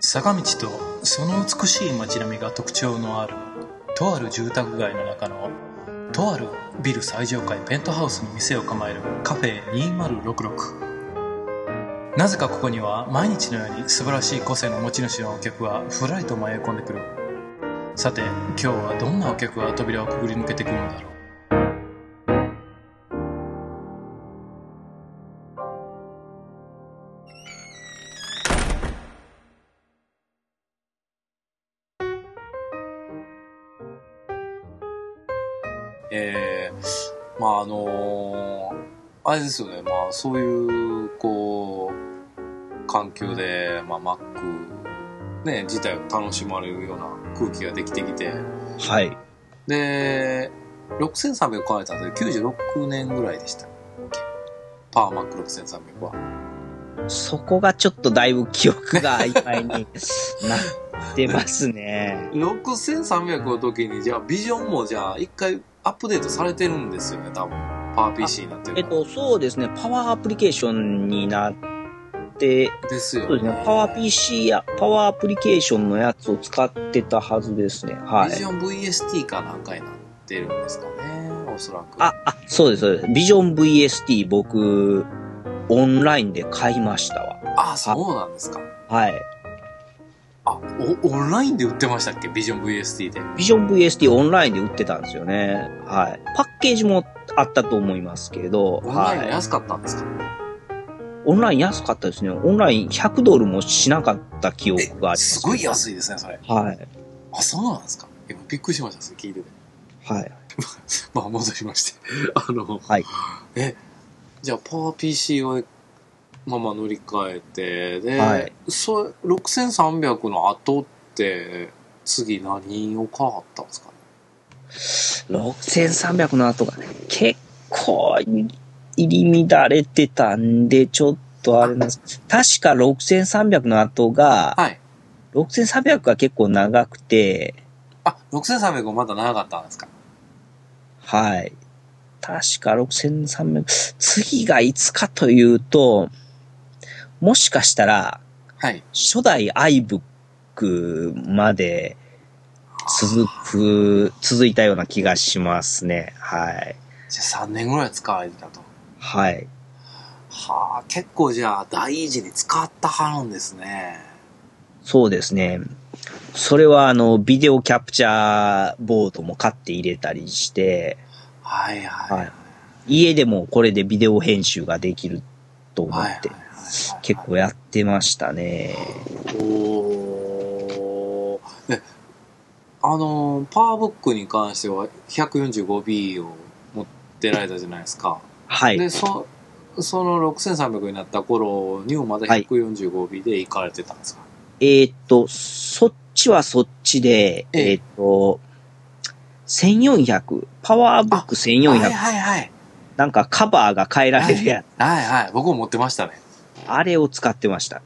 坂道とその美しい街並みが特徴のあるとある住宅街の中のとあるビル最上階ペントハウスに店を構えるカフェ2066なぜかここには毎日のように素晴らしい個性の持ち主のお客がふらりと迷い込んでくるさて今日はどんなお客が扉をくぐり抜けてくるのだろうえー、まああのあれですよね、まあそういう、こう、環境で、まあ Mac、ね、自体を楽しまれるような空気ができてきて、はい。で、6300買われたので96年ぐらいでしたっけ。パーマック6300は。そこがちょっとだいぶ記憶が曖昧になってますね。 6300の時に、じゃあビジョンもじゃあ一回アップデートされてるんですよね、多分。パワー PC になってる えっと、そうですね。パワーアプリケーションになって、ですよそうですね。パワー PC や、パワーアプリケーションのやつを使ってたはずですね。はビジい。ョン VST かなんかになってるんですかね、おそらく。あ、あ、そうです、そうです。ビジョン VST 僕、オンラインで買いましたわ。あ、そうなんですか。はい。あ、おオンラインで売ってましたっけビジョン VST で。ビジョン VST オンラインで売ってたんですよね。はい。パッケージもあったと思いますけど、オンラインはがい。安かったんですか、オンライン安かったですね。オンライン100ドルもしなかった記憶があります。すごい安いですね、それ。はい。あ、そうなんですか今びっくりしました、それ聞いて て。はい。まあ、戻りまして。 あの、はい。じゃあ、パワー PC を、まあまあ乗り換えて、で、はいそれ、6300の後って、次何を買ったんですかね6300の後がね、結構入り乱れてたんで、ちょっとあれなんです。確か6300の後が、はい。 6300が結構長くて、あ、6300もまだ長かったんですかはい。確か6300、次がいつかというと、もしかしたら、はい。初代 iBook まで続く、続いたような気がしますね。はい。じゃあ3年ぐらい使われてたと。はい。はあ、結構じゃあ大事に使ったはるんですね。そうですね。それはあの、ビデオキャプチャーボードも買って入れたりして、はいはい。はい家でもこれでビデオ編集ができると思はいはいっては、い結構やってましたね。おーで、あのー、パワーブックに関しては 145B を持ってられたじゃないですか。はい。で、そ、その6300になった頃にもまだはい 145B で行かれてたんですか、えーっと、そっちはそっちで、えええーっと、1400、パワーブックはい、 1400はいはい。なんかカバーが変えられるやつ。はいはい。僕も持ってましたね。あれを使ってました。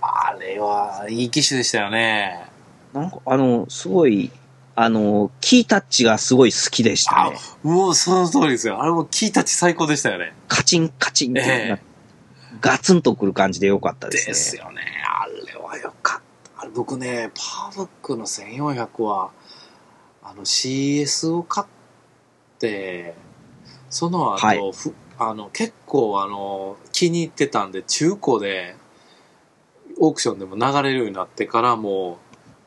あれは、いい機種でしたよね。なんか、あの、すごい、あの、キータッチがすごい好きでしたね。もうその通りですよ。あれも聞いたち最高でしたよね。カチンカチンって、ええガツンとくる感じで良かったでですすね。よね。あれはよかった。あれ僕ね、パワーブックの1400は、あの CS を買って、その後、はいふあの結構あの気に入ってたんで、中古でオークションでも流れるようになってからも、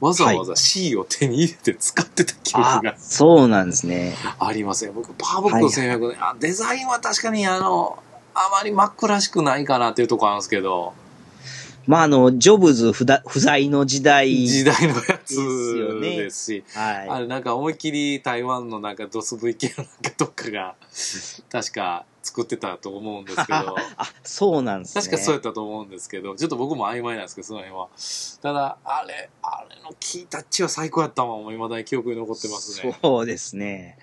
わざわざ C を手に入れて使ってた記あ憶が そうなんですね。ありますね。僕、パワーブックの1400ね、あデザインは確かにあの、あまり真っ暗らしくないかなっていうところなんですけど、まあ、あの、ジョブズ不だ不在の時代。時代のやつですよねですし、あはい。れなんか思いっきり台湾のなんかドス VK のなんかどっか が、確か作ってたと思うんですけど、あ、そうなんですね。確かそうやったと思うんですけど、ちょっと僕も曖昧なんですけど、その辺は。ただ、あれ、あれのキータッチは最高やったもん、もう未だに記憶に残ってますね。そうですね。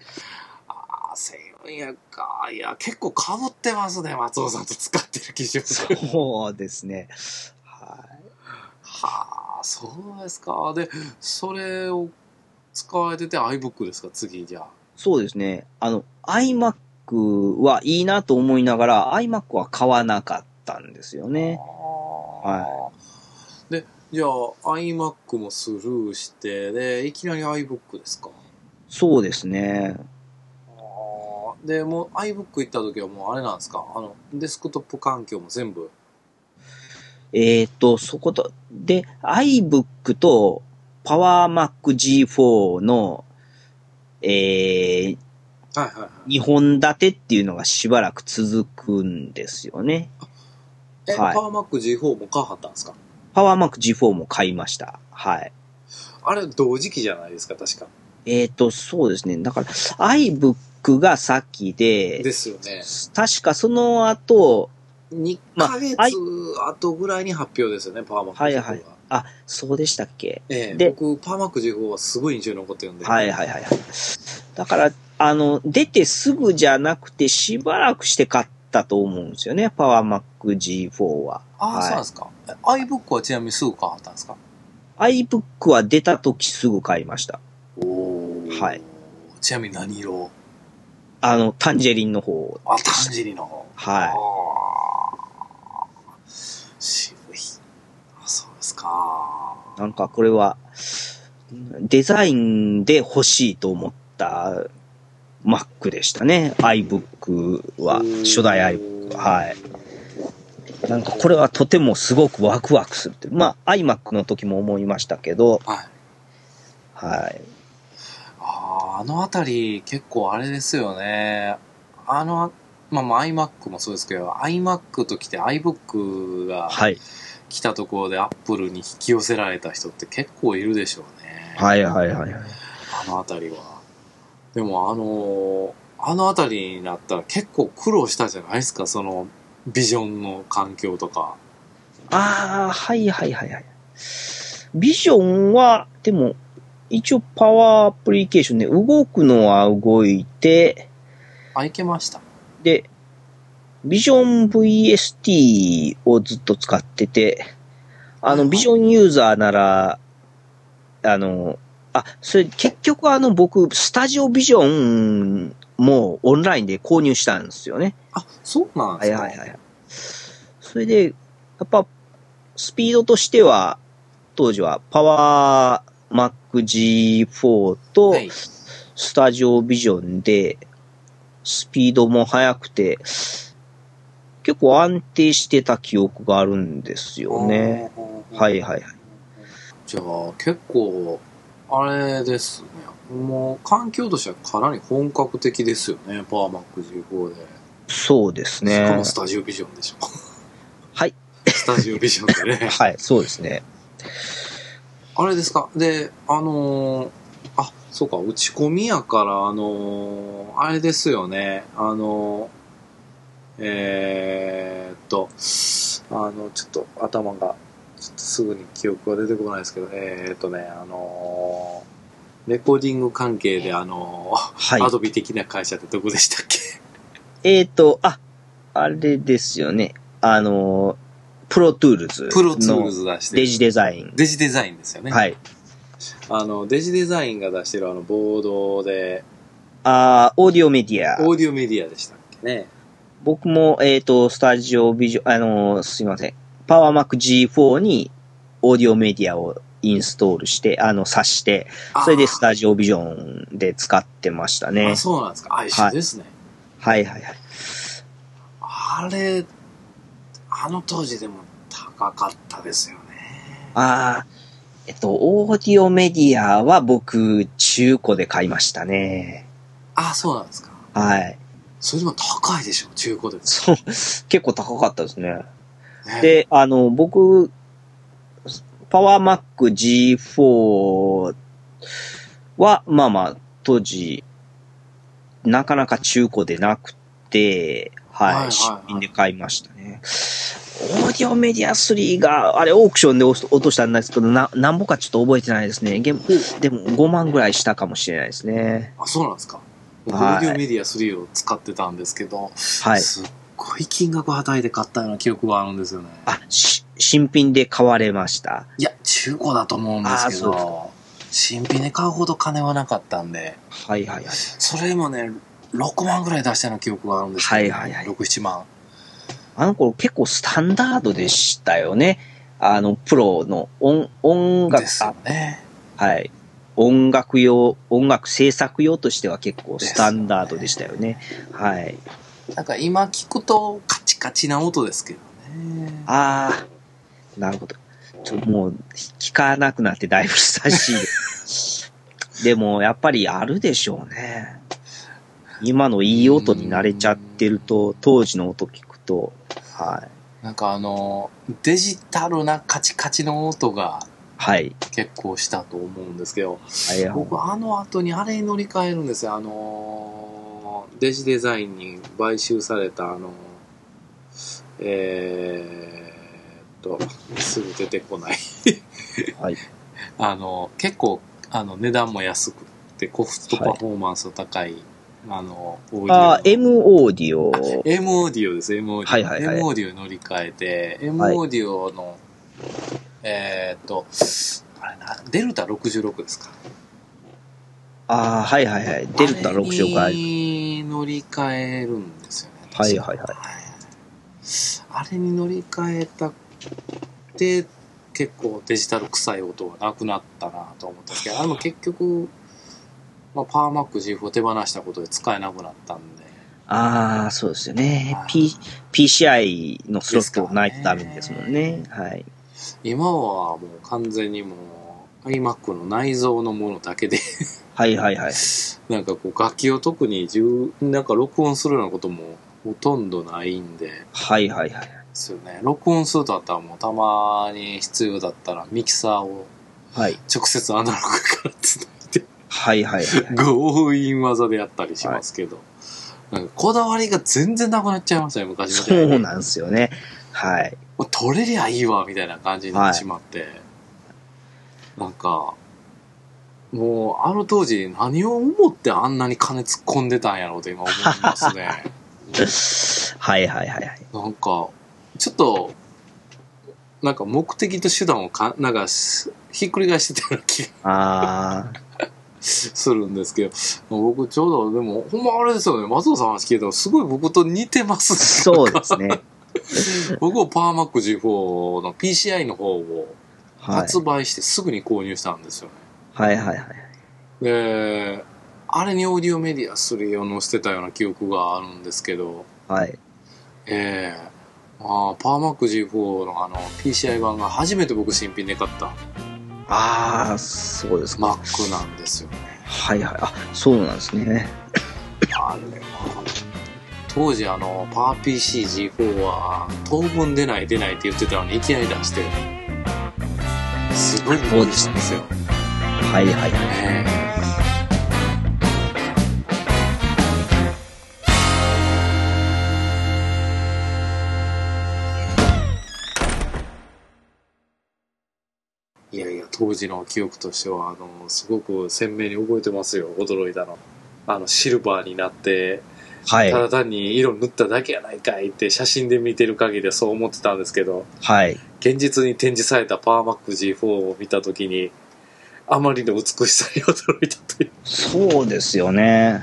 ああ、1400か。いや、結構被ってますね、松尾さんと使ってる機種が。そうですね。はい。はあ、そうですか。で、それを使われてて iBook ですか、次じゃあ。そうですね。あの、iMac はいいなと思いながら、iMac は買わなかったんですよね。は。はいで、じゃあ、iMac もスルーして、で、いきなり iBook ですか。そうですね。あーで、もう iBook 行った時はもうあれなんですかあの、デスクトップ環境も全部。えっ、と、そこと、で、iBook と PowerMac G4 の、えー、はいはいはい。 2本立てっていうのがしばらく続くんですよね。え、はいパワーマック G4 も買はったんですか PowerMac G4 も買いました。はい。あれ同時期じゃないですか、確か。えっ、と、そうですね。だから、iBook が先で、ですよね。確かその後、 2まあヶ月はい後ぐらいに発表ですよね、パワーマック G4 はいはいあ、そうでしたっけええ、で僕、パワーマック G4 はすごい印象に残ってるんで。はいはいはいはい。だから、あの、出てすぐじゃなくて、しばらくして買ったと思うんですよね、パワーマック G4 は。ああ、そうなんですか。え iBook はちなみにすぐ買はったんですか iBook は出た時すぐ買いました。おおはい。ちなみに何色あの、タンジェリンの方。あ、タンジェリの方。あはー渋い。あ、そうですか。い。なんかこれは、デザインで欲しいと思った Mac でしたね。iBook は、初代 iBook。はい。なんかこれはとてもすごくワクワクするって。まあ、iMac の時も思いましたけど、はい。はい。あーあのあたり、結構あれですよね。あの、まあ、まあ iMac もそうですけど、iMac と来て iBook がはい。来たところで Apple に引き寄せられた人って結構いるでしょうね。はいはいはい。あのあたりは。でもあのーあのあたりになったら結構苦労したじゃないですか、そのビジョンの環境とか。ああ、はいはいはいはい。ビジョンは、でも、一応パワーアプリケーションで動くのは動いて、あ、いけました。で、ビジョン VST をずっと使ってて、あはの、いビジョンユーザーなら、あの、あ、それ結局あの僕、スタジオビジョンもオンラインで購入したんですよね。あ、そうなんではいすか。はいはい。それで、やっぱ、スピードとしては、当時はパワーマック G4 とはい。スタジオビジョンで、スピードも速くて、結構安定してた記憶があるんですよね。。はいいはいはい。じゃあ結構、あれですね。もう環境としてはかなり本格的ですよね、パワーマック G4 で。そうでしすかもね。スタジオビジョンでしょ。はい。スタジオビジョンでね。はい、そうですね。あれですかで、あのーあ、そうか、打ち込みやから、あのーあれですよね、あのーえーっと、あの、ちょっと頭が、ちょっとすぐに記憶が出てこないですけど、えーっとね、あのーレコーディング関係で、あのーはいア。ドビ的な会社ってどこでしたっけえっ、と、あ、あれですよね。あの、プロトゥールズ。プロツールズ出して、デジデザイン。デジデザインですよね。はい。あの、デジデザインが出してるあの、ボードで、あーオーディオメディア。オーディオメディアでしたっけね。僕も、えっ、と、スタジオビジョン、あのーすいません。パワーマック G4 にオーディオメディアをインストールして、あの、挿して、それでスタジオビジョンで使ってましたねあ、。そうなんですか。あ、一緒ですね。はいはいはい。あれ、あの当時でも高かったですよね。あーえっと、オーディオメディアは僕、中古で買いましたね。あ、そうなんですか。はい。それでも高いでしょ、中古でも。そう、結構高かったですね。ね、で、あの、僕、パワーマック G4 は、まあまあ、当時、なかなか中古でなくて、はいはいははいい、新品で買いましたね。オーディオメディア3が、あれオークションで落としたんですけど、な、なんぼかちょっと覚えてないですね。ゲームでも5万ぐらいしたかもしれないですね。あ、そうなんですか。僕オはいーディオメディア3を使ってたんですけど、はい。すっごい金額はたいて買ったような記憶があるんですよね。あ、し、新品で買われました。いや、中古だと思うんですけあど、新品で買うほど金はなかったんで、はいはいはい。それでもね、6万ぐらい出したような記憶があるんですよ、ね。はいはいはい6、7万。あの頃結構スタンダードでしたよね。あの、プロの音音楽、ですよね。はい。音楽用、音楽制作用としては結構スタンダードでしたよね。はい。なんか今聞くとカチカチな音ですけどね。ああ、なるほど。ちょもう、聞かなくなってだいぶ久しいです。でも、やっぱりあるでしょうね。今のいい音に慣れちゃってると、当時の音聞くと、はい。なんかあの、デジタルなカチカチの音がはい。結構したと思うんですけど、はい僕あの後にあれに乗り換えるんですよ。あのー、デジデザインに買収されたあの、えーっと、すぐ出てこない。はい。あの、結構、あの、値段も安くて、コストパフォーマンスの高い、あの、オーディオああ、M オーディオ。 M オーディオです、M オーディオ。はいはいはい M オーディオに乗り換えて、M はいオーディオの、えーっと、あれな、デルタ66ですか。ああ、はいはいはい。デルタ6色あはれいに乗り換えるんですよね。確かはいはいはい。あれに乗り換えたって、結構デジタル臭い音がなくなったなと思ったんですけど、あれも結局、まあ、パーマック G4 手放したことで使えなくなったんで。ああ、そうですよねはい。 P、PCI のスロットがないとダメですもんね。はい。今はもう完全にもう iMac の内蔵のものだけで はいはいはい。なんかこう楽器を特に重なんか録音するようなこともほとんどないんではいはいはでい。すよね録音するとあったらもうたまに必要だったらミキサーをはい。直接アナログからつなはいはいはい。強引技でやったりしますけど、なんかこだわりが全然なくなっちゃいましたね昔みたいそにうなんですよね。はい。もう取れりゃいいわみたいな感じになってしまって、なんかもうあの当時何を思ってあんなに金突っ込んでたんやろうと今思いますね はいはいはいはい。なんかちょっとなんか目的と手段をかなんかしひっくり返してたような気がああ、するんですけど僕ちょうどでもほんまあれですよね松尾さんの話聞いたらすごい僕と似てますねそうですね。僕もパーマック G4 の PCI の方をはい。発売してすぐに購入したんですよね、はいはいはい。で、あれにオーディオメディア3を載せてたような記憶があるんですけど、はい。ええあーパーマック G4 のあの PCI 版が初めて僕新品で買ったああ、そうですか。 Mac なんですよね。はいはい。あ、そうなんですね。あれは、当時あの、パー PCG4 は当分出ない出ないって言ってたのにいきなり出して、すごいびっくりしたんですよ。はいはいはい。ええいやいや、当時の記憶としては、あの、すごく鮮明に覚えてますよ、驚いたの。あの、シルバーになって、はいた。だ単に色塗っただけやないかいって写真で見てる限りでそう思ってたんですけど、はい。現実に展示されたパーマック G4 を見たときに、あまりの美しさに驚いたという。そうですよね。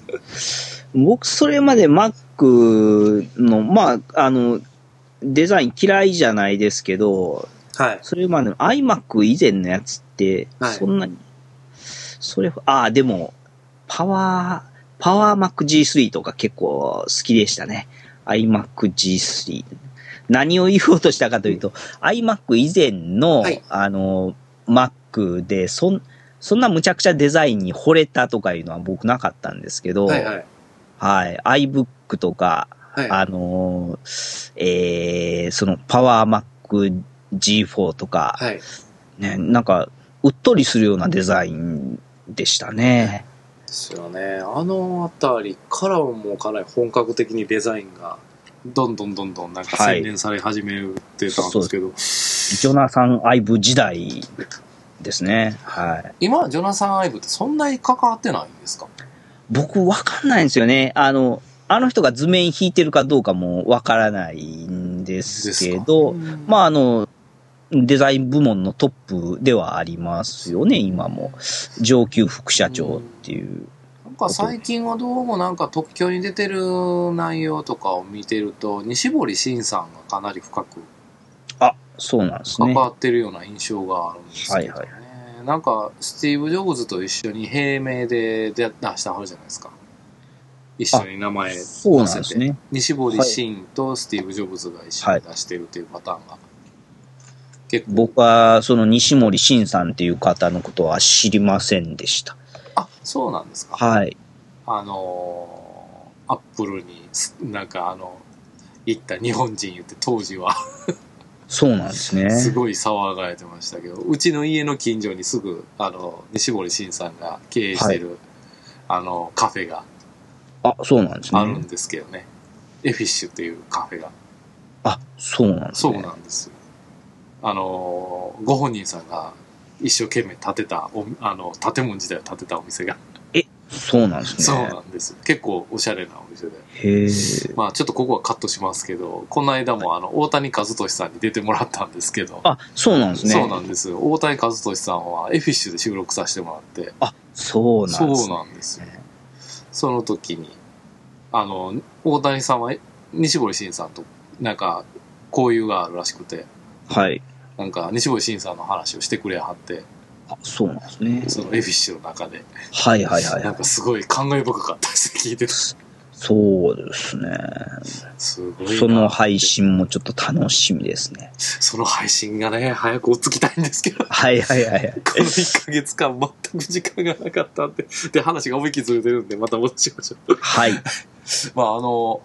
僕、それまで Mac の、まあ、あの、デザイン嫌いじゃないですけど、はい。それまでの iMac 以前のやつって、はいそんなに、それ、ああ、でも、パワー、パワー Mac G3 とか結構好きでしたね。iMac G3。何を言おうとしたかというと、iMac 以前の、はいあの、Mac で、そん、そんな無茶苦茶デザインに惚れたとかいうのは僕なかったんですけど、はいはい。はい、iBook とか、はい。あのーえーそのパワー Mac G4 とか、はい。ね、なんか、うっとりするようなデザインでしたね。ですよね。あのあたりからはもうかなり本格的にデザインが、どんどんどんどんなんかは洗い練され始めてたんですけど、ジョナサン・アイブ時代ですね。はい。今、ジョナサン・アイブってそんなに関わってないんですか僕、わかんないんですよね。あの、あの人が図面引いてるかどうかもわからないんですけど、まあ、あ、あの、デザイン部門のトップではありますよね、今も。上級副社長っていう。なんか最近はどうもなんか特許に出てる内容とかを見てると、西堀慎さんがかなり深くあ、そうなんです関ね。わってるような印象があるんですけどね。はいなんか、スティーブ・ジョブズと一緒に平名で出出したはるじゃないですか。一緒に名前出せて。そうなんですね。西堀慎とスティーブ・ジョブズが一緒に出してるというパターンが。結構。僕は、その西森慎さんっていう方のことは知りませんでした。あ、そうなんですか。はい。あのーアップルにす、なんかあの、行った日本人言って当時はそうなんですね。すごい騒がれてましたけど、うちの家の近所にすぐ、あの、西堀慎さんが経営してる、あの、カフェがあ、そうなんですあるねん。ですけどね。エフィッシュっていうカフェが。あ、そうなんですそうね。なんですよ。あのーご本人さんが一生懸命建てたお、あの、建物自体を建てたお店が、そうなんですね。そうなんです。結構おしゃれなお店で。へえ。まあちょっとここはカットしますけど、この間もあの、大谷和俊さんに出てもらったんですけど、あ、そうなんですね。そうなんです。大谷和俊さんはエフィッシュで収録させてもらって、あ、そうなんです、ね。そうなんですよ。その時に、あの、大谷さんは西堀慎さんとなんか交友があるらしくて、はい。なんか西堀慎さんの話をしてくれはって、あ、そうなんですね。そのエフィッシュの中で、はいはいはいなはんい。かすごい感慨深かったです、聞いてた。そうですね。すごいな。その配信もちょっと楽しみですね。その配信がね、早く追っつきたいんですけど。はいはいはいはい。この1ヶ月間全く時間がなかったんで、で、話が思いっきりずれてるんで、また戻しましょう。 はい。まあ、あの、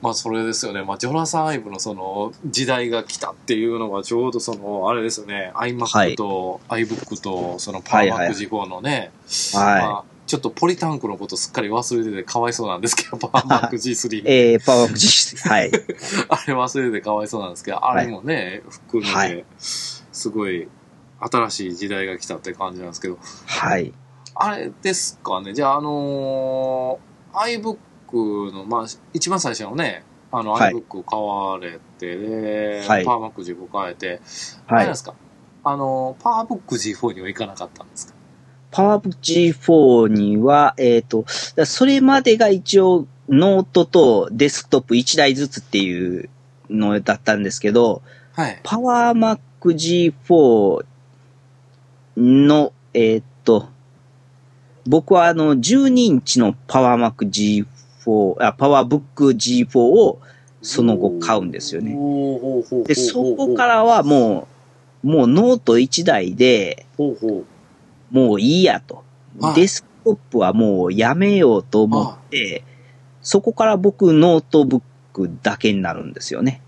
まあ、それですよね。まあ、ジョナサン・アイブのその、時代が来たっていうのが、ちょうどその、あれですよね、iMac と iBook と、その、パはいーマはいック時号のね、はまあ、ちょっとポリタンクのことすっかり忘れててかわいそうなんですけ ど、パーマック G3。い。えー、パワーク実施。はい。あれ忘れてかわいそうなんですけど、あれもね、含はめいて、すごい、新しい時代が来たって感じなんですけど、はい。あれですかね。じゃあ、あのー、iBook の、まあ、一番最初のね、あの、はい iBook を買われて、で、はいパーマック G5 買えて、あはれなんいで。すかあのー、パーマック G4 には行かなかったんですかパワープ G4 には、えっ、と、だからそれまでが一応ノートとデスクトップ1台ずつっていうのだったんですけど、はい。パワーマック G4 の、えーっと、僕はあの、12インチのパワーマック G4、あ、パワーブック G4 をその後買うんですよね。ほうほうほうほうほうで、そこからはもう、もうノート1台でほうほう。もういいやとは。いデスクトップはもうやめようと思って、そこから僕ノートブックだけになるんですよね。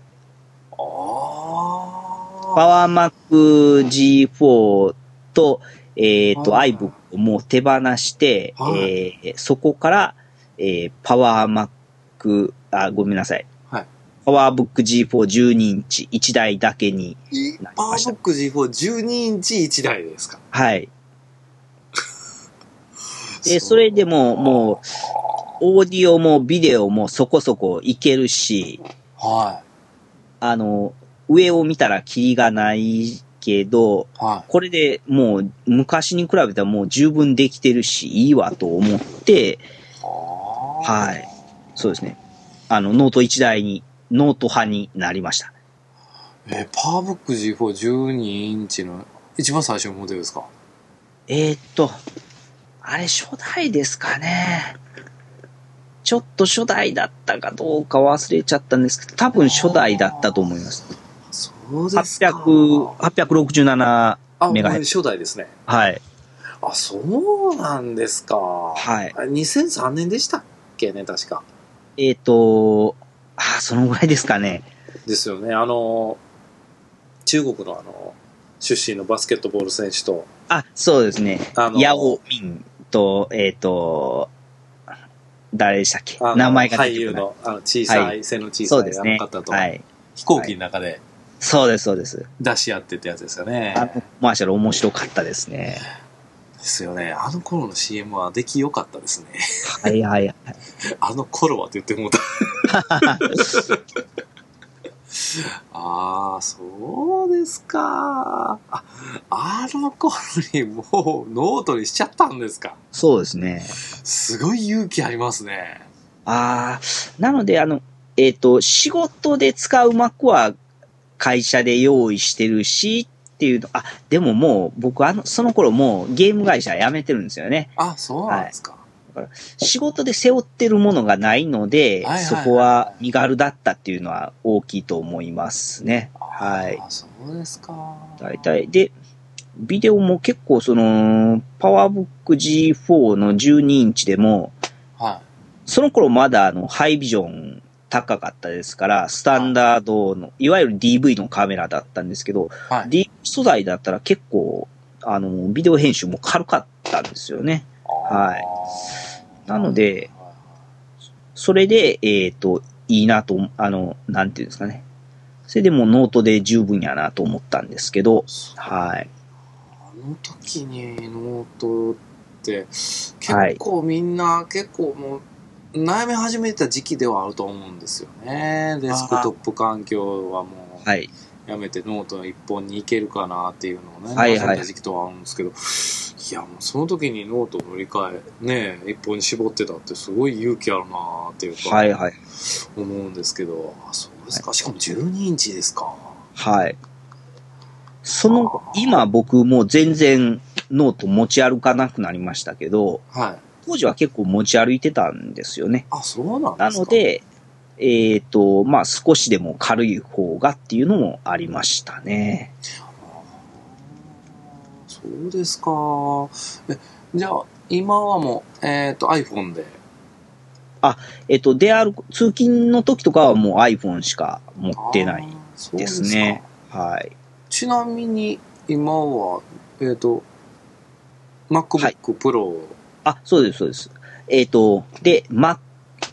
あパワーマック G4 と、えっ、と、あ iBook をもう手放して、はいえーそこから、えーパワーマック、あ、ごめんなさい。はいパワーブック G412 インチ1台だけに、ー。パワーマック G4 12インチ1台ですかはい。で、それでも、もう、オーディオもビデオもそこそこいけるし、はあの、上を見たらキリがないけど、い。はい。これでもう昔に比べたらもう十分できてるし、いいわと思って、ははい。そうですね。あの、ノート1台に、ノート派になりました。えーパワーブック G412 インチの一番最初のモデルですかえーっと、あれ初代ですかね。ちょっと初代だったかどうか忘れちゃったんですけど、多分初代だったと思います。そう800、867、あ、メガヘッド初代ですね。はい。あ、そうなんですか。ははい。 2003年でしたっけね、確か。えーっと、あ、そのぐらいですかね。ですよね。あの、中国のあの、出身のバスケットボール選手と、あ、そうですね。あのヤオミンと、えっ、と、誰でしたっけあの名前が俳出て優こない。の、あの、小さ、はい背の小そさうでいすあねの方。と、はい。飛行機の中でそうです、そうです。出し合ってってやつですよね。あのコマーシャル面白かったですね。ですよね。あの頃の CM は出来良かったですね。はいはいはい。あの頃はって言ってもうた。 ああ、そうですか。あ、あの頃にもうノートにしちゃったんですか。そうですね。すごい勇気ありますね。あーなので、あの、えっ、と、仕事で使う Mac は、会社で用意してるし、っていうの、あ、でももう、僕、あの、その頃もうゲーム会社辞めてるんですよね。あ、そうなんですか。仕事で背負ってるものがないので、はいはいはいそこは身軽だったっていうのは大きいと思いますね。はい。あ、そうですか。大体。で、ビデオも結構その、パワーブック G4 の12インチでも、はその頃まだあの、ハイビジョン高かったですから、スタンダードの、いわゆる DV のカメラだったんですけど、い。はい。 DV 素材だったら結構、あの、ビデオ編集も軽かったんですよね。はいいなので、それで、えっ、と、いいなと、あの、なんていうんですかね。それでもうノートで十分やなと思ったんですけど、はい。あの時にノートって、結構みんな、結構もう、悩み始めた時期ではあると思うんですよね。デスクトップ環境はもう、はい。やめてノート一本に行けるかなっていうのをね、はいはい悩んだ時期とはあるんですけど、いや、もうその時にノートを乗り換え、ね、一本に絞ってたってすごい勇気あるなっていうか、はい、はい。思うんですけど、あ、そうですか。しかも12インチですか。はい。その、今僕もう全然ノート持ち歩かなくなりましたけど、はい。当時は結構持ち歩いてたんですよね。あ、そうなんでなすか。の、で、えっ、と、まあ、少しでも軽い方がっていうのもありましたね。そうですか。え、じゃあ、今はもう、えっ、と、iPhone で。えっ、と、出歩く、通勤の時とかはもう iPhone しか持ってないあー。そうでですすねね。。はい。ちなみに、今は、えっ、と、MacBook Pro。あ、そうです、そうです。えっ、と、で、ま、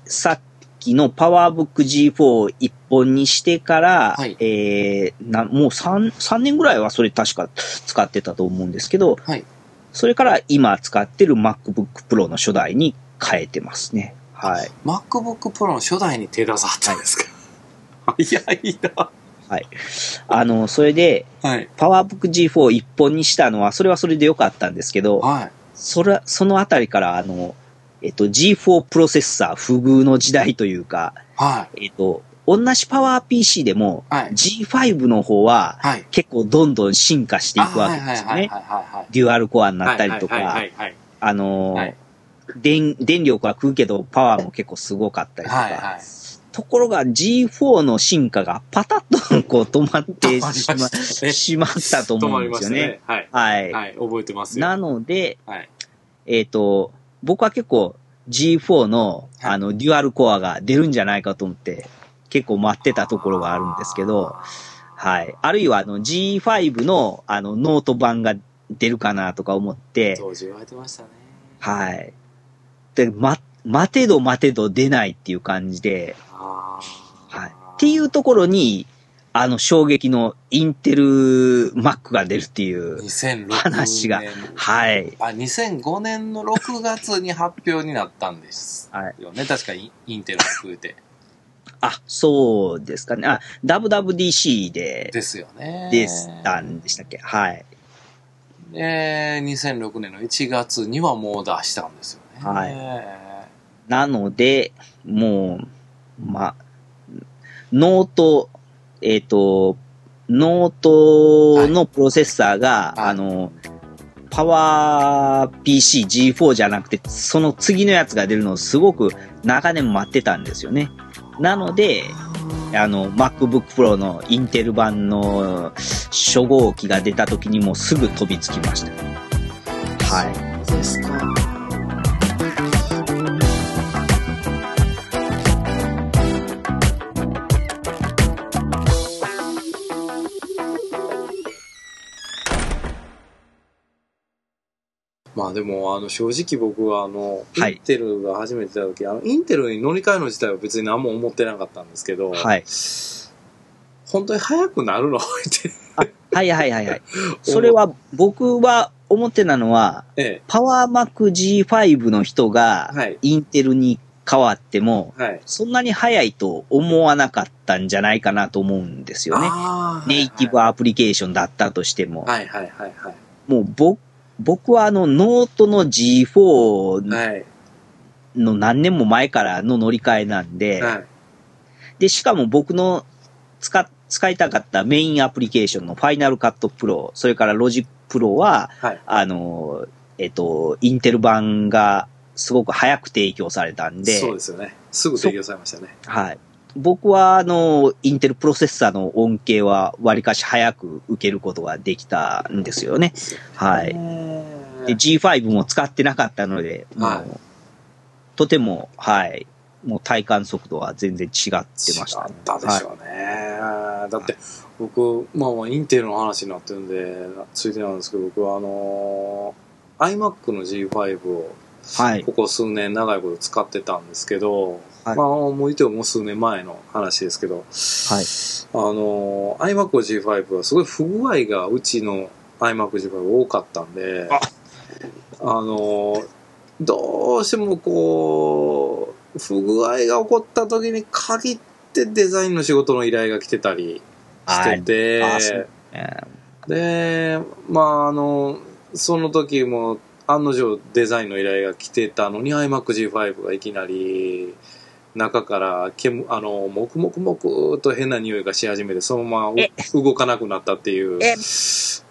さっきの PowerBook G4 を一本にしてから、はいえーな、もう3、三年ぐらいはそれ確か使ってたと思うんですけど、はいそれから今使ってる MacBook Pro の初代に変えてますね。はい。 MacBook Pro の初代に手出さはったんですか。早いな。あの、それで、はい。 PowerBook G4 を一本にしたのは、それはそれで良かったんですけど、はい。それ、そのあたりから、あの、えっと、G4 プロセッサー不遇の時代というか、はい。えっと、同じパワー PC でも、はい。 G5 の方ははい。結構どんどん進化していくわけですよはいはいはいね。はいデュアルコアには。ないったりとはいはか、いはいあのーはい電、電力は食うけどパワーも結構すごかったりとか、はいはい。ところが G4 の進化がパタッとこう止まってしま 止まりましたねしまったと止思まうりんでますしよたね。ね。はい。はい。はい。覚えてますよ。なので、はい。えっ、と、僕は結構 G4 の、はいあの、デュアルコアが出るんじゃないかと思って、結構待ってたところがあるんですけど、はい。あるいはあの G5 のあのノート版が出るかなとか思って、当時言われてましたね。はい。で、ま、待てど待てど出ないっていう感じで、あーはい。っていうところに、あの衝撃のインテル Mac が出るっていう、 2006年。話がはい。あ、2005年の6月に発表になったんです。はいよね。確かインインテルも含めて。あ、そうですかね。あ、WWDC でですよね。でしたんでしたっけはい。えー、2006年の1月にはもう出したんですよね。はいえなので、もう、ま、ノート、えっ、と、ノートのプロセッサーが、はいあの、パワー PC G4 じゃなくて、その次のやつが出るのをすごく長年待ってたんですよね。なので、あの、MacBook Pro のインテル版の初号機が出た時にもうすぐ飛びつきました。はい。ーそうですか。まあでも、あの、正直僕は、あの、はいインテルが初めて出た時、あの、インテルに乗り換えるの自体は別に何も思ってなかったんですけど、はい。本当に早くなるの って。はいはいはいはい。それは僕は思ってたのは、えパワーマック G5 の人がはいインテルに変わっても、え。はい。そんなに早いと思わなかったんじゃないかなと思うんですよね。あーネイティブアプリケーションだったとしても、はいはいはいはい。もう僕僕はあのノートの G4 はい。の何年も前からの乗り換えなんで、はい。で、しかも僕の使っ使いたかったメインアプリケーションの Final Cut Pro、それから Logic Pro は、はいあの、えっと、インテル版がすごく早く提供されたんで、そうですよね。すぐ提供されましたね。はい。僕は、あの、インテルプロセッサーの恩恵は、わりかし早く受けることができたんですよね。はい。で、G5 も使ってなかったので、もうはいとても、はい。もう体感速度は全然違ってました、違ったでしょうね。だって、僕、まあまあ、インテルの話になってるんで、ついてなんですけど、僕はあのー iMac の G5 をはい。ここ数年長いこと使ってたんですけど、はいまあ、もういてももう数年前の話ですけど、はい。あのー iMac の G5 はすごい不具合がうちの iMac の G5 多かったんで、ああのーどうしてもこう、不具合が起こった時に限ってデザインの仕事の依頼が来てたりしてて、ああそうえで、まあ、あの、その時も、案の定デザインの依頼が来てたのに iMacG5 がいきなり中から煙あのもくもくもくっと変な匂いがし始めてそのままうえ動かなくなったっていうえ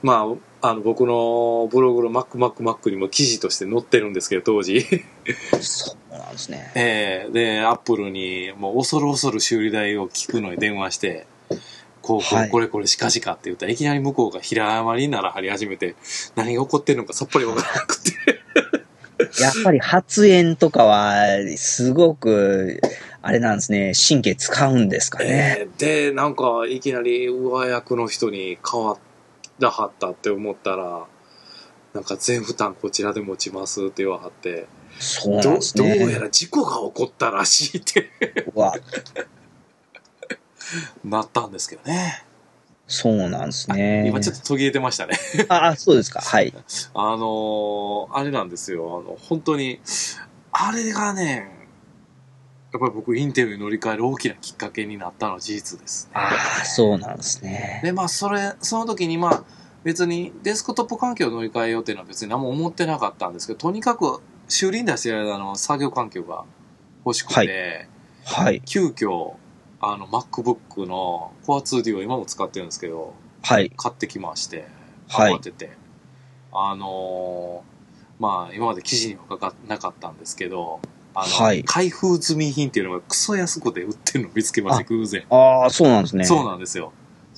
まああの僕のブログのマックマックマックにも記事として載ってるんですけど当時ーそうなんですね。ええで、アップルに、もう恐る恐る修理代を聞くのに電話して、こう、こはういこれこれしかしかって言ったら、いきなり向こうが平山になら張り始めて、何が起こってるのかさっぱりわからなくて。 やっぱり発煙とかは、すごく、あれなんですね、神経使うんですかね。ええで、なんか、いきなり上役の人に変わらはったって思ったら、なんか全負担こちらで持ちますって言わはって、そうなんどですどうね。やら事故が起こったらしい ってうわなったんですけどね。そうなんですね。今ちょっと途切れてましたね。ああ、そうですか。はい。あのーあれなんですよ。あの、本当に、あれがね、やっぱり僕、インテルに乗り換える大きなきっかけになったのは事実ですね。ああ、そうなんですね。で、まあ、それ、その時に、まあ、別にデスクトップ環境を乗り換えようっていうのは別に何も思ってなかったんですけど、とにかく修理に出してる間の作業環境が欲しくて、はいはい。急遽、あの、MacBook の Core 2D を今も使ってるんですけど、はい。買ってきまして、はい慌てて、あのーまあ、今まで記事にはかかなかったんですけど、あの、はい開封済み品っていうのがクソ安くで売ってるのを見つけまして、あ偶然。ああ、そうなんですね。そううなんですよ。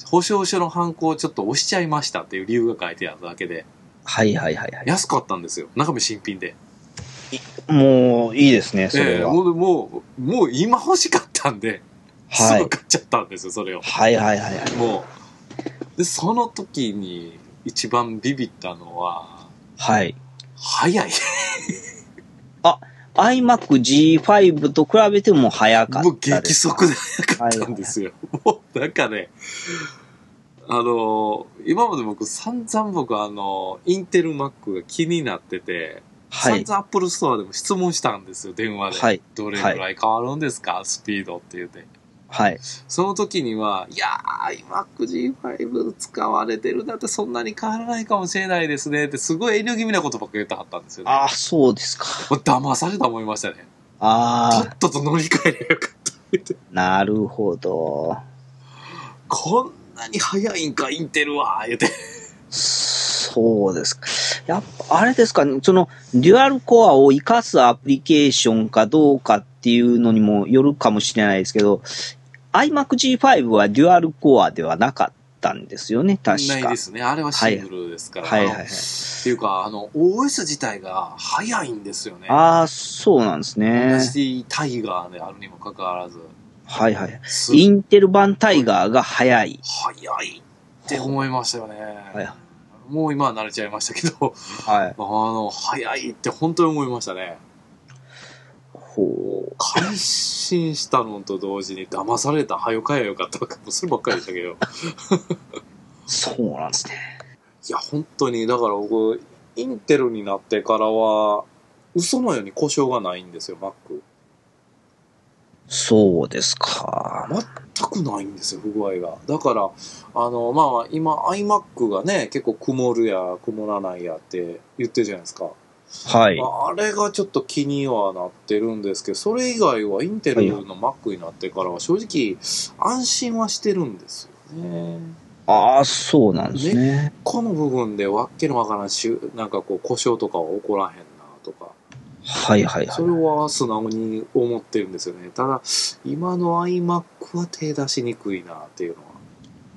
保証書の判行をちょっと押しちゃいましたっていう理由が書いてあっただけで、はいはいはいはい。安かったんですよ。中身新品で。もう、いいですね、そえれえは。もう、もう、もう今欲しかったんで、はすいぐ。買っちゃったんですよ、それを。はいはいはいはい。もう。で、その時に一番ビビったのは、はい。早い。 iMac G5 と比べても早かったもうですか。激速で早かったんですよ。もうなんかね、あのー今まで僕散々僕あのーインテル Mac が気になってて、はい。散々 Apple Store でも質問したんですよ、電話で。はい。どれぐらい変わるんですか、スピードって言って。はい。その時には、いやー、iMacG5 使われてるだってそんなに変わらないかもしれないですねって、すごい遠慮気味なことばっかり言ってはったんですよ、ね。ああ、そうですか。もう騙された思いましたね。とああ、っとと乗り換えればよかったって。なるほど。こんなに早いんか、インテルは、言うて。そうですか。やっぱ、あれですかね、その、デュアルコアを活かすアプリケーションかどうかっていうのにもよるかもしれないですけど、iMac G5 はデュアルコアではなかったんですよね、確か。ないですね。あれはシングルですから。はいはあいはのい。っていうか、あの、OS 自体が早いんですよね。ああ、そうなんです同ね。じタイガーであるにもかかわらず。はいはい。すインテル版タイガーが早い。早いって思いましたよね。はいもう今は慣れちゃいましたけど、 はい。あの、早いって本当に思いましたね。ほう。改心したのと同時に騙された、早よかやよかったとか、もうそればっかりでしたけど。そうなんですね。いや、本当に、だから僕、インテルになってからは、嘘のように故障がないんですよ、Mac。そうですか。全くないんですよ、不具合が。だから、あの、まあまあ、今、iMac がね、結構曇るや、曇らないやって言ってるじゃないですか。はい。ああれがちょっと気にはなってるんですけど、それ以外はインテルの Mac になってからは、正直、安心はしてるんですよ。ね。ああ、そうなんですね。この部分でわっけのわからんし、なんかこう、故障とかは起こらへんなとか、はいはいはいそ。れは素直に思ってるんですよね。ただ、今の iMac は手出しにくいなっていうの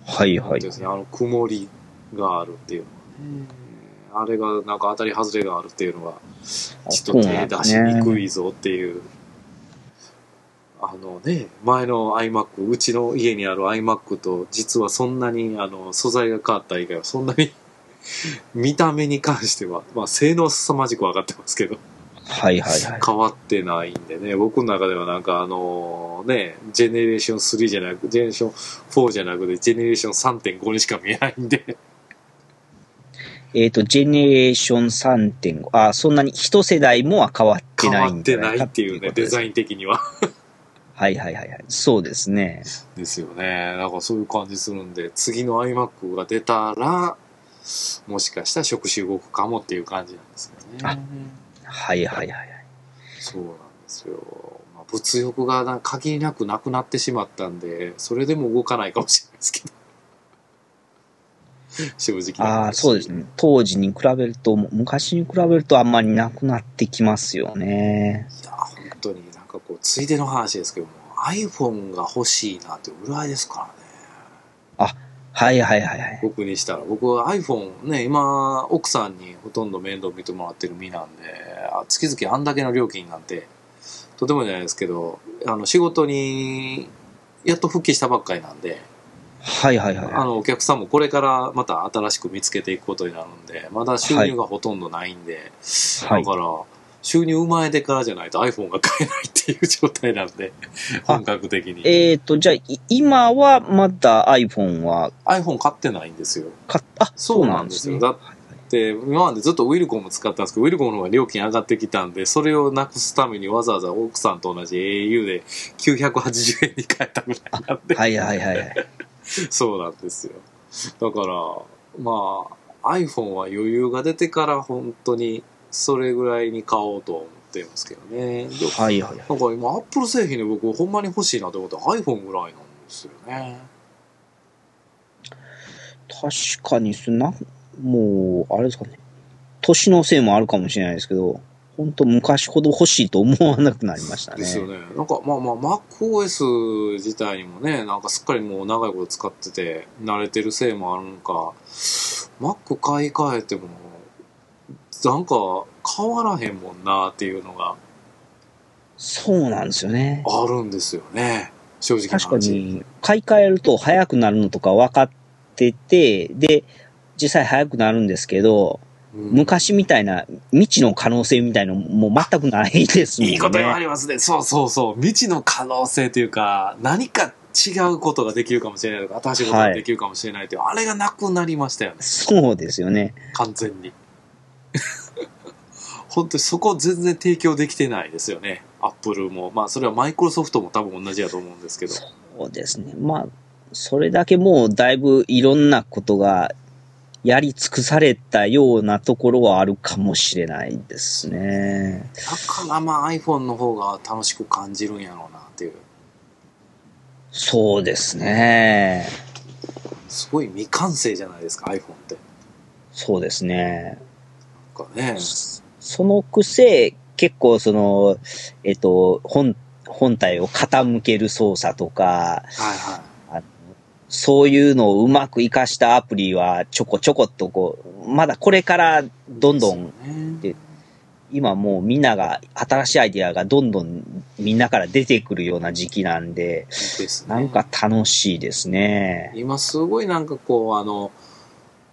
は、はい思はっいてるんで。すね。あの、曇りがあるっていうのはね。あれがなんか当たり外れがあるっていうのが、ちょっと手出しにくいぞっていう。あのね、前の iMac、うちの家にある iMac と、実はそんなに、あの、素材が変わった以外は、そんなに、 見た目に関しては、まあ、性能凄まじく分かってますけど、はいはいはい。変わってないんでね、僕の中ではなんかあの、ね、ジェネレーション3じゃなく、ジェネレーション4じゃなくて、ジェネレーション3.5にしか見えないんで、えっ、と、ジェネレーション3.5。ああ、そんなに一世代もは変わって変なわいっんじてゃなないかいっってていいううこね、とでデす。ザイン的には。はいはいはいはい。そうですね。ですよね。なんかそういう感じするんで、次の iMac が出たら、もしかしたら触手動くかもっていう感じなんですけどあね。はいはいはいはい。そうなんですよ。まあ、物欲がな限りなくなくなってしまったんで、それでも動かないかもしれないですけど。 正直な話ああ、そうです。ね。当時に比べると、昔に比べるとあんまりなくなってきますよね。いや、本当になんかこう、ついでの話ですけども、iPhone が欲しいなってぐらいですからね。はいはいはいはい。僕にしたら僕は iPhone ね今奥さんにほとんど面倒見てもらってる身なんであ月々あんだけの料金なんてとてもじゃないですけどあの仕事にやっと復帰したばっかりなんではいはいはいあはのお客さんもこれからまた新しく見つけていくことになるんでまだ収入がほとんどないんで、い。はいだから収入生まれてからじゃないと iPhone が買えないっていう状態なんであ本格的にえっ、と、じゃあ、い今はまだ iPhone は iPhone 買ってないんですよ買った。あ、そうなんですよ。そだっうなで今までずっとウィルコム使ってたんですけど、ウィルコムの方が料金上がってきたんで、それをなくすためにわざわざ奥さんと同じ au で980円に変えたぐらいなんで、 はいはいはいはい。そうなんですよ。だから、まあ、iPhone は余裕が出てから本当にそれぐらいに買おうとは思ってますけどね。ではいはい。なんか今、Apple 製品で僕ほんまに欲しいなと思ったら iPhone ぐらいなんですよね。確かにそんな、もう、あれですかね。年のせいもあるかもしれないですけど、本当昔ほど欲しいと思わなくなりましたね。ですよね。なんか、まあまあ、MacOS 自体にもね、なんかすっかりもう長いこと使ってて、慣れてるせいもあるのか、Mac 買い替えても、なんか変わらへんもんなっていうのがそうなんですよね。あるんですよね。正直な確か話。に、買い替えると早くなるのとか分かってて、で、実際早くなるんですけど、うん昔みたいな未知の可能性みたいのもう全くないですもんね。いいことがありますね。そうそうそう。未知の可能性というか、何か違うことができるかもしれないとか、新しいことができるかもしれないという、あれがなくなりましたよね。そうですよね。完全に 本当にそこ全然提供できてないですよねアップルもまあそれはマイクロソフトも多分同じやと思うんですけどそうですね。まあ、それだけもうだいぶいろんなことがやり尽くされたようなところはあるかもしれないですね。だからまあ iPhone の方が楽しく感じるんやろうなっていうそうですね。すごい未完成じゃないですか iPhone ってそうですね。なんかねそのくせ、結構その、えっと、本、本体を傾ける操作とか、はいはそういうのをうまく活かしたアプリはちょこちょこっとこう、まだこれからどんどんい、ねで今もうみんなが、新しいアイディアがどんどんみんなから出てくるような時期なんで、ですねなんか楽しいですね。今すごいなんかこうあの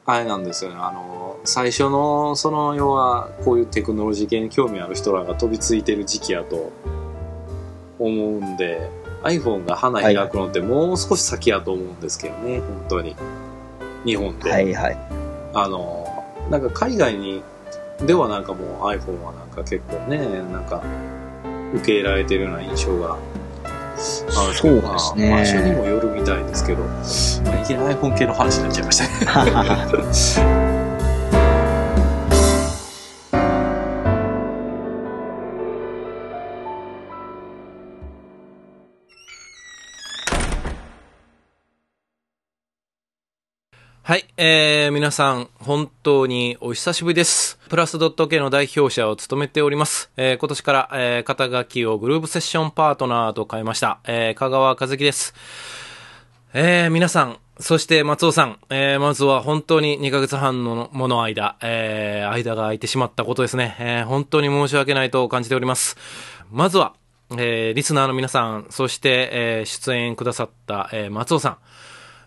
あれなんですよねあの最初のその要はこういうテクノロジー系に興味ある人らが飛びついてる時期やと思うんで iPhone が花開くのってもう少し先やと思うんですけどね、本当に日本で、はいはい。あのなんか海外にではなんかもう iPhone はなんか結構ねなんか受け入れられてるような印象があるそうですまあ場所にね。もよるみたいですけど、まあ、いきなり iPhone 系の話になっちゃいましたね はい、えー、皆さん、本当にお久しぶりです。プラスドット系の代表者を務めております。えー、今年から、えー、肩書きをグループセッションパートナーと変えました。えー、香川和樹です。えー、皆さん、そして松尾さん、えー、まずは本当に2ヶ月半のもの間、えー、間が空いてしまったことですね。えー、本当に申し訳ないと感じております。まずは、えー、リスナーの皆さん、そして、えー、出演くださった、えー、松尾さん、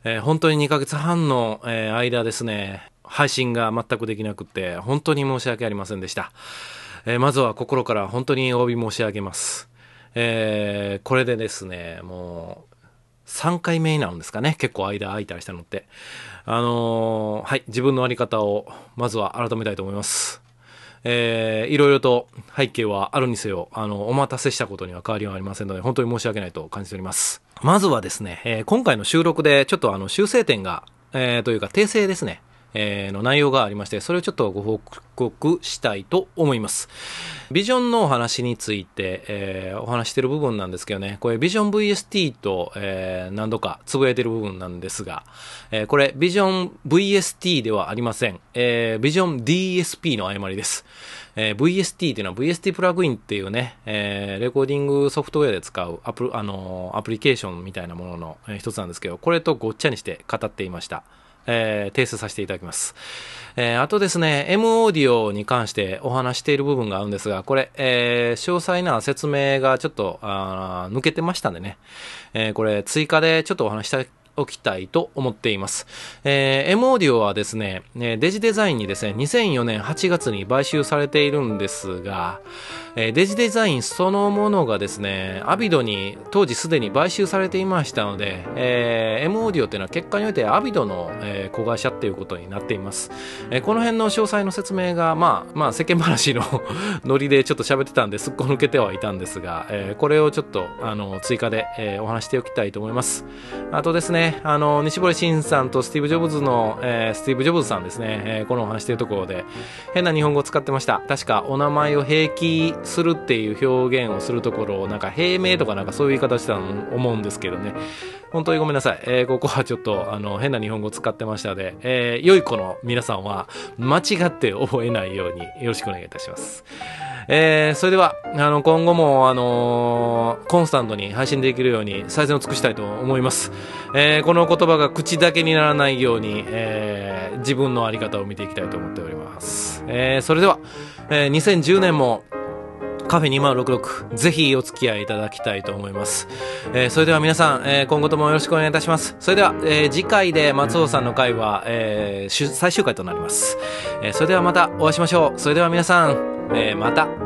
えー本当に2ヶ月半の、えー間ですね、配信が全くできなくて、本当に申し訳ありませんでした。えーまずは心から本当にお詫び申し上げます。えーこれでですね、もう、3回目になるんですかね。結構間空いたりしたのって。あのーはい、自分のあり方を、まずは改めたいと思います。えーいろいろと背景はあるにせよ、あの、お待たせしたことには変わりはありませんので、本当に申し訳ないと感じております。まずはですね、えー今回の収録で、ちょっとあの、修正点が、えーというか、訂正ですね、えーの内容がありまして、それをちょっとご報告したいと思います。ビジョンのお話について、えーお話してる部分なんですけどね、これビジョン VST と、えー何度かつぶやいてる部分なんですが、えーこれビジョン VST ではありません。えービジョン DSP の誤りです。えー VST っていうのは VST プラグインっていうね、えーレコーディングソフトウェアで使うアプ,、あのーアプリケーションみたいなものの、えー一つなんですけど、これとごっちゃにして語っていました。えー訂正させていただきます。えーあとですね、M オーディオに関してお話している部分があるんですが、これ、えー詳細な説明がちょっと、あー抜けてましたんでね、えーこれ追加でちょっとお話したおきたいと思っています。えー M オーディオはですね、えーデジデザインにですね、2004年8月に買収されているんですが、えーデジデザインそのものがですね、アビドに当時すでに買収されていましたので、えー M オーディオっていうのは結果においてアビドの、えー子会社っていうことになっています。えーこの辺の詳細の説明が、まあ、まあ、世間話のノリでちょっと喋ってたんですっこ抜けてはいたんですが、えーこれをちょっと、あの、追加で、えーお話しておきたいと思います。あとですね、あの、西堀慎さんとスティーブ・ジョブズの、えースティーブ・ジョブズさんですね、えーこのお話してるところで、変な日本語を使ってました。確か、お名前を平気するっていう表現をするところを、なんか、平名とかなんかそういう言い方してたの思うんですけどね。本当にごめんなさい。えーここはちょっと、あの、変な日本語を使ってましたので、えー良い子の皆さんは、間違って覚えないように、よろしくお願いいたします。えーそれでは、あの、今後も、あのーコンスタントに配信できるように、最善を尽くしたいと思います。えーこの言葉が口だけにならないように、えー自分のあり方を見ていきたいと思っております。えーそれでは、えー2010年も、カフェ2066、ぜひお付き合いいただきたいと思います。えーそれでは皆さん、えー今後ともよろしくお願いいたします。それでは、えー次回で松尾さんの回は、えーしゅ最終回となります。えーそれではまたお会いしましょう。それでは皆さん、えーまた。